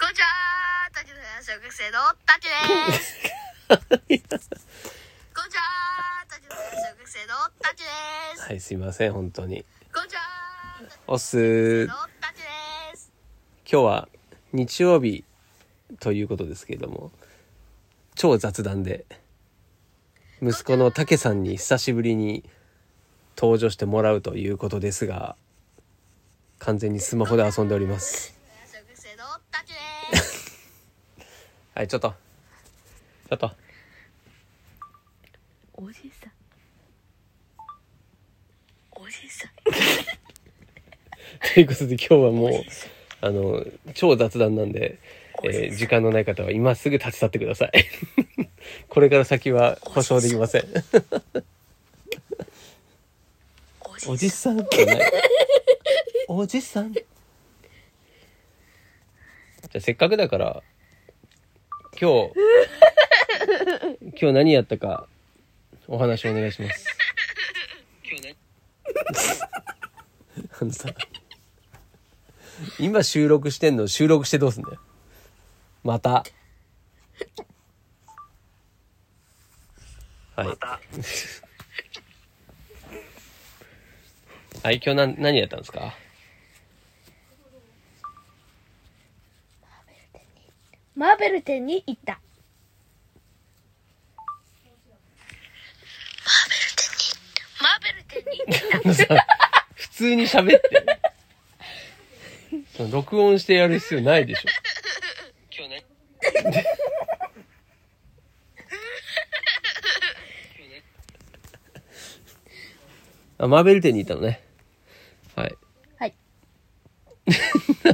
こんにちは竹野屋小学生の竹ですこんにちは竹野屋小学生の竹ですはい、すいません、本当に。こんにちは竹おっす野屋小学生ー。の竹です今日は日曜日ということですけれども、超雑談で、息子のたけさんに久しぶりに登場してもらうということですが、完全にスマホで遊んでおりま竹す。野屋小学生の竹ですはい、ちょっと。ちょっと。おじさんおじさんということで今日はもう、あの、超雑談なんで、えー時間のない方は今すぐ立ち去ってください。 これから先は保証できません。おおじさんってね。おじさん。じゃあせっかくだから、今日、今日何やったか、お話をお願いします。あのさ、今収録してんの収録してどうすんだよ。また。はい。はい、今日なん何やったんですかマーベル店に行った。マーベル店に普通に喋って。その録音してやる必要ないでしょ。今日ね。あ、マーベル店に行ったのね。はい。はい。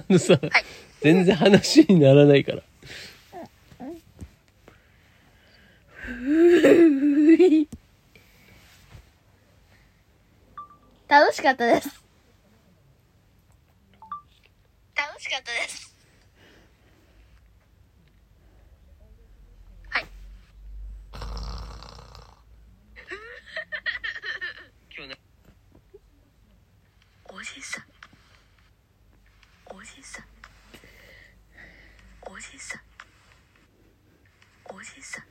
あのさ、全然話にならないから。楽しかったです。楽しかったですはい今日ね。おじさんおじさんおじさんおじさん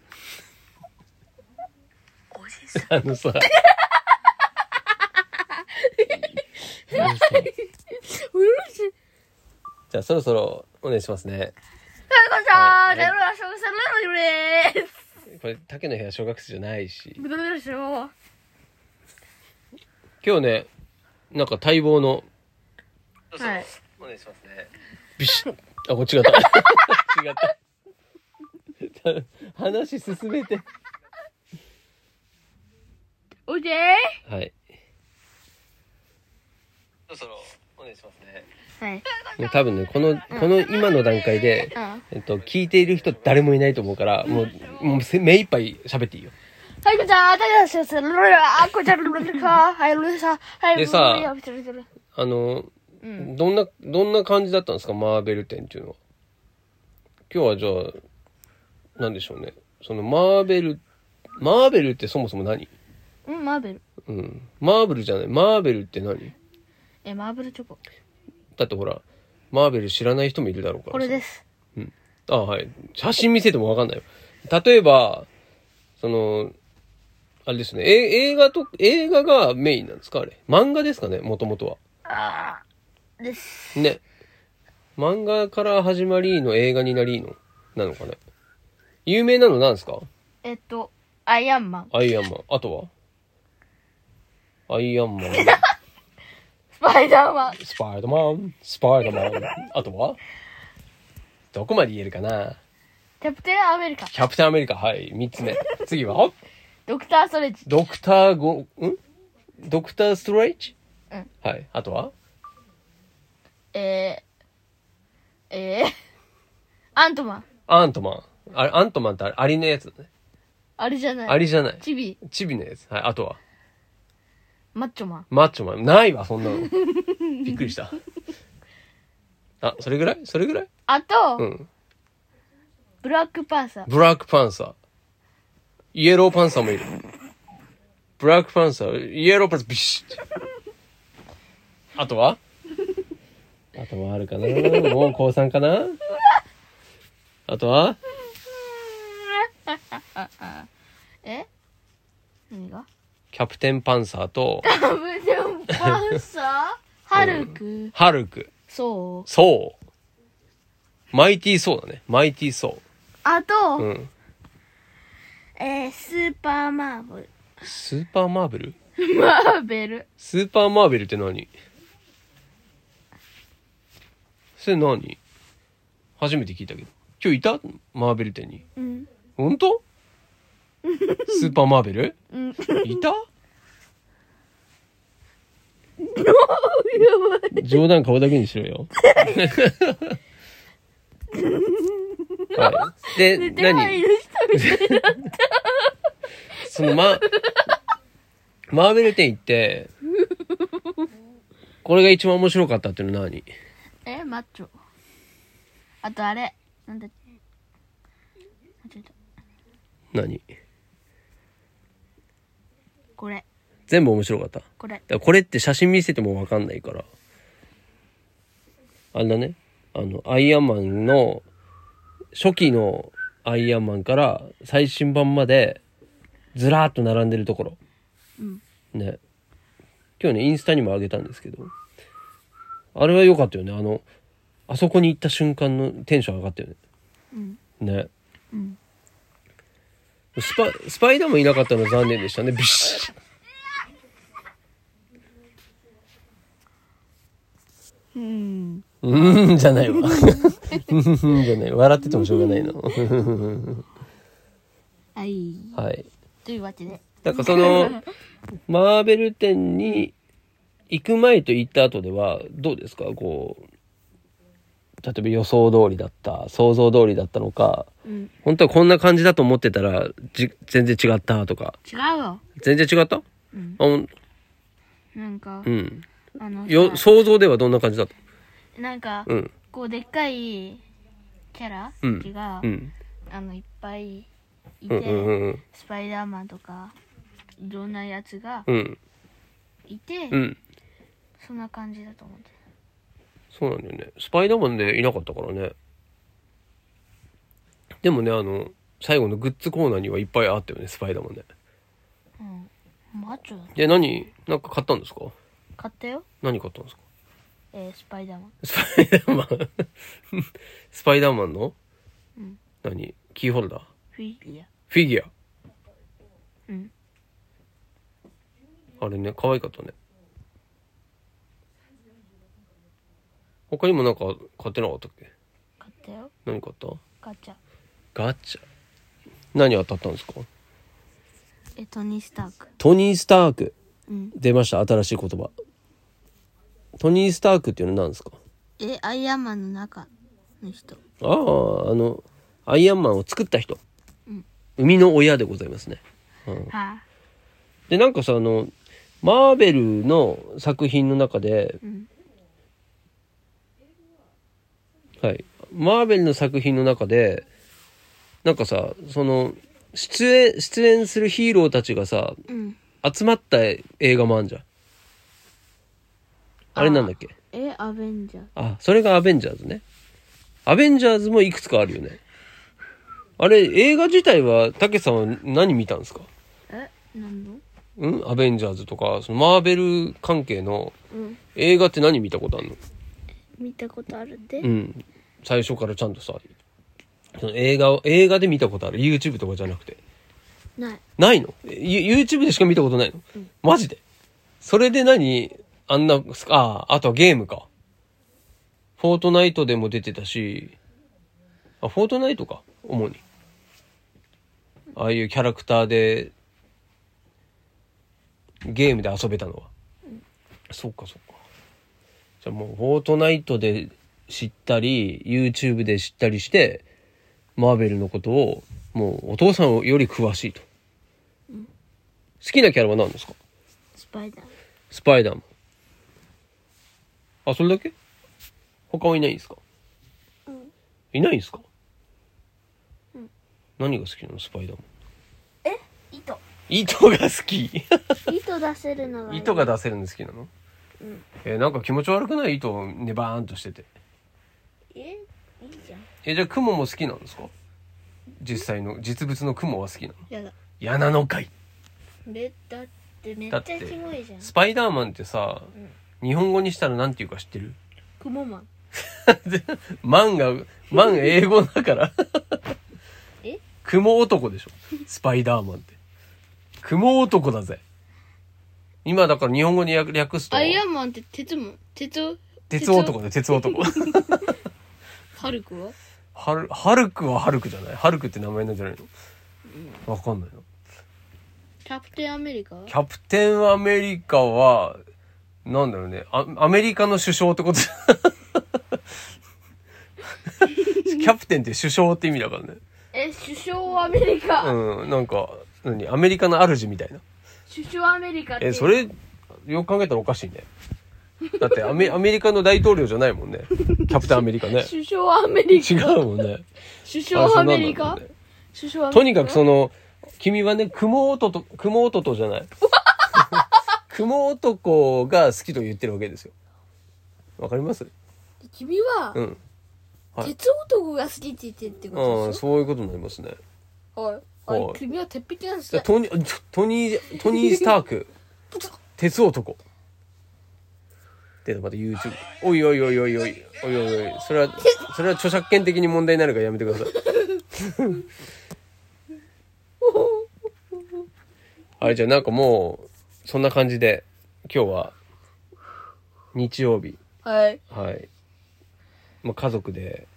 おじさんあのさ。あのさうるしい。じゃあそろそろお願いしますこね。んちははいゼロラショウさんなのゆれです。これ、竹の部屋小学生じゃないし。ブドウでしょ。今日ね、なんか待望の。はい。お願いしますね。ビシッ。あ、こっち違った。 違った。話進めて。おじはい。そろそろお願いしますね。はい。多分ね、この、この今の段階で、うん。はい、えっと、聞いている人誰もいないと思うから、もう、もうせ目いっぱい喋っていいよ。こんちはゼロラショウさんなのゆれ。あ、こんちはブドウで か。はい、ルーさん。はい、でさブドウですブドウですあの、うんどんな、どんな感じだったんですかマーベル展っていうのは。今日はじゃあ、なんでしょうね。そのマーベル、マーベルってそもそも何うん、マーベル。うん。マーベルじゃない。マーベルって何え、マーベルチョコ。だってほら、マーベル知らない人もいるだろうからさ。これです。あはい。写真見せてもわかんないよ。例えば、その、あれですね。え映画と、映画がメインなんですかあれ。漫画ですかねもともとは。あーです。ね。漫画から始まりの映画になりのなのかね。有名なのなんですかえっと、アイアンマン。アイアンマン。あとはアイアンマン。スパイダーマン。スパイダーマン。スパイダーマン。あとはどこまで言えるかなキャプテンアメリカ。キャプテンアメリカ。はい。三つ目。次はドクターストレッチ。ドクターゴ、んドクターストレッチうんはい。あとはえー、えー、アントマン。アントマン。あれ、アントマンってあれ、アリのやつだね。あれじゃない。アリじゃない。チビ、チビのやつ。はい。あとはマッチョマン。マッチョマン。ないわ、そんなの。びっくりした。あ、それぐらいそれぐらいあと、うん。ブラックパンサー。ブラックパンサー。イエローパンサーもいる。ブラックパンサー、イエローパンサー、ビシッ。あとはあとはあるかなもう高3かなあとはえ何がキャプテンパンサーとダブルパンサーハルクハルク。そうそう。マイティーソーだね。マイティーソあと、ー。うん。えースーパーマーブルスーパーマーベルマーベルスーパーマーベルって何それ何初めて聞いたけど。今日いたマーベル店に。うん 本当スーパーマーベルうんいた冗談顔だけにしろよ。はい、で、出ない何る人みたいそのま、マーベル店行 って、これが一番面白かったっていうのは何えマッチョあとあれなんだっけ間違えた何これ全部面白かった。だかこれらこれって写真見せてもわかんないから。あんなね、あの、アイアンマンの、初期のアイアンマンから最新版まで、ずらーっと並んでるところ。うんね。今日ね、インスタにも上げたんですけど、あれは良かったよね。あの、あそこに行った瞬間のテンション上がったよね。うんね。うんスパ、スパイダーもいなかったの残念でしたね。ビシッ。うんうーん、じゃないわ。うーん、じゃない。笑っててもしょうがないの。はいはい。というわけでなんかその、マーベル店に行く前と行った後では、どうですかこう、例えば予想通りだった、想像通りだったのか、うん本当はこんな感じだと思ってたら、じ全然違ったとか、違うよ全然違ったうんあ、ほんなんかうん。あのよ、さ想像ではどんな感じだったなんかうん。こうでっかいキャラうんがうん。あのいっぱいいうんうんてうんスパイダーマンとかいろんなやつがうん。うん。いてうん。そんな感じだと思ってそうなんだよね。スパイダーマンでいなかったからね。でもね、あの、最後のグッズコーナーにはいっぱいあったよね、スパイダーマンね。うんマッチョだで、何、なんか買ったんですか買ったよ何買ったんですかえースパイダーマンスパイダーマン スパイダーマンの、うん何キーホルダーフィギュアフィギュうんア。あれね、可愛かったね。他にもなんか買ってなかったっけ買ったよ何買ったガチャガチャ。何当たったんですかえトニー・スタークトニー・スターク。うん出ました新しい言葉トニー・スタークっていうのは何ですかえアイアンマンの中の人あああのアイアンマンを作った人、うん生みの親でございますねはあでなんかさあのマーベルの作品の中で、うんはいマーベルの作品の中でなんかさその出演出演するヒーローたちがさうん集まった映画もあんじゃんあれなんだっけえアベンジャーあ、それがアベンジャーズね。アベンジャーズもいくつかあるよね。あれ、映画自体は、たけさんは何見たんですかえ何のうんアベンジャーズとか、そのマーベル関係のうん映画って何見たことあるの見たことあるってうん。最初からちゃんとさ、その映画を、映画で見たことある。YouTube とかじゃなくて。ないないのえ you- ?YouTube でしか見たことないの、マジでそれで何あんな、あ、あとはゲームか。フォートナイトでも出てたし、あ、フォートナイトか、主に。ああいうキャラクターで、ゲームで遊べたのは。そっかそっか。じゃあもう、フォートナイトで知ったり、YouTube で知ったりして、マーベルのことを、もうお父さんより詳しいと。好きなキャラは何ですかスパイダースパイダーマン。あ、それだけ他はいないんですかいないんですか何が好きなのスパイダーマン。え糸糸が好き糸出せるのがいい糸が出せるの好きなのえーなんか気持ち悪くない糸をねバーンとしてて。えいいじゃんえじゃあ雲も好きなんですか実際の実物の雲は好きなのやだ嫌なのかいめだってめっちだゃってキモいじゃんスパイダーマンってさ、日本語にしたらなんていうか知ってるクモマンマンがマン英語だからえ雲男でしょスパイダーマンって雲男だぜ今だから日本語に略略すとアイアンマンって鉄も鉄鉄男だよ鉄男ハルクはハルハルクはハルクじゃないハルクって名前なんじゃないのわかんないのキャプテンアメリカはキャプテンアメリカは、なんだろうね、あアメリカの首相ってことキャプテンって首相って意味だからね。え首相はアメリカ、うん、なんか、何アメリカの主みたいな。首相はアメリカってえ、それ、よく考えたらおかしいね。だってアメ、アメリカの大統領じゃないもんね。キャプテンアメリカね。首相はアメリカ違うもんね。首相あそはアうなメんだろうリカね首相はアメリカとにかくその、君はね、雲男と、雲男じ ゃない。雲男が好きと言ってるわけですよ。わかります君は、うん。はい鉄男が好きって言ってるってこあとあ、でしそういうことになりますね。ょはいあはいれ君は鉄壁なんですじゃねあトニー、トニー、トニー・スターク、鉄男。で、また YouTube。おいおいおいおいおい、おいおいおい、それは、それは著作権的に問題になるからやめてください。 はい、じゃあなんかもう、そんな感じで、今日は、日曜日。はいはい。まあ、家族で、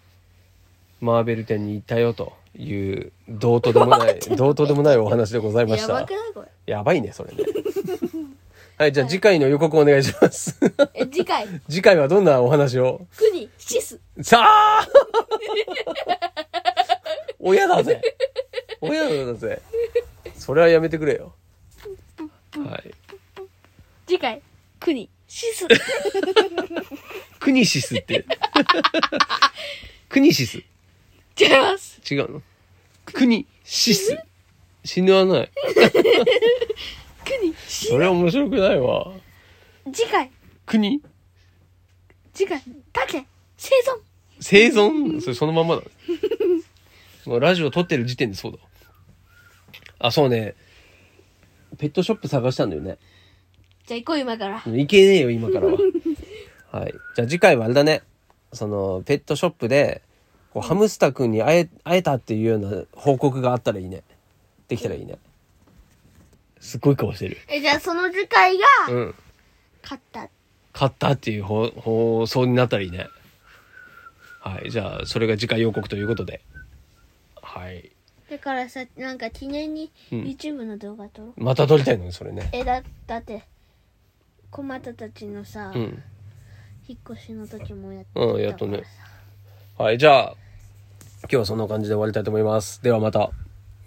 マーベル展に行ったよという、どうとでも ない、どうとでもないお話でございましやた。ばくないこれやばいね、それね。はい、じゃあ次回の予告お願いします。 え次回次回はどんなお話を国シスさあ 親だぜ。親だぜ。それはやめてくれよ。はい。次回国シ スクニシス って。クニシス。違います違うの国シス死ぬはない国シそれは面白くないわ次回国次回だけ生存生存それそのまんまだそのラジオ撮ってる時点でそうだあそうねペットショップ探したんだよねじゃあ行こう今からいけねえよ今から ははいじゃあ次回はあれだねそのペットショップでこうハムスター君に会え会えたっていうような報告があったらいいねできたらいいねすっごい顔してるえじゃあその次回がうん勝った買ったっていう放放送になったらいいね。はい。じゃあ、それが次回予告ということで。はい。だからさなんか記念に YouTube の動画撮ろう、また撮りたいのね、それね。えだだって小俣たちのさ、うん。引っ越しの時もやってうん、やっとね。はい。じゃあ、今日はそんな感じで終わりたいと思います。ではまた、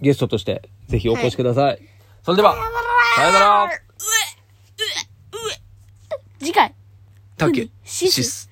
ゲストとして、ぜひお越しください。それでは、さよなら次回たけシスシス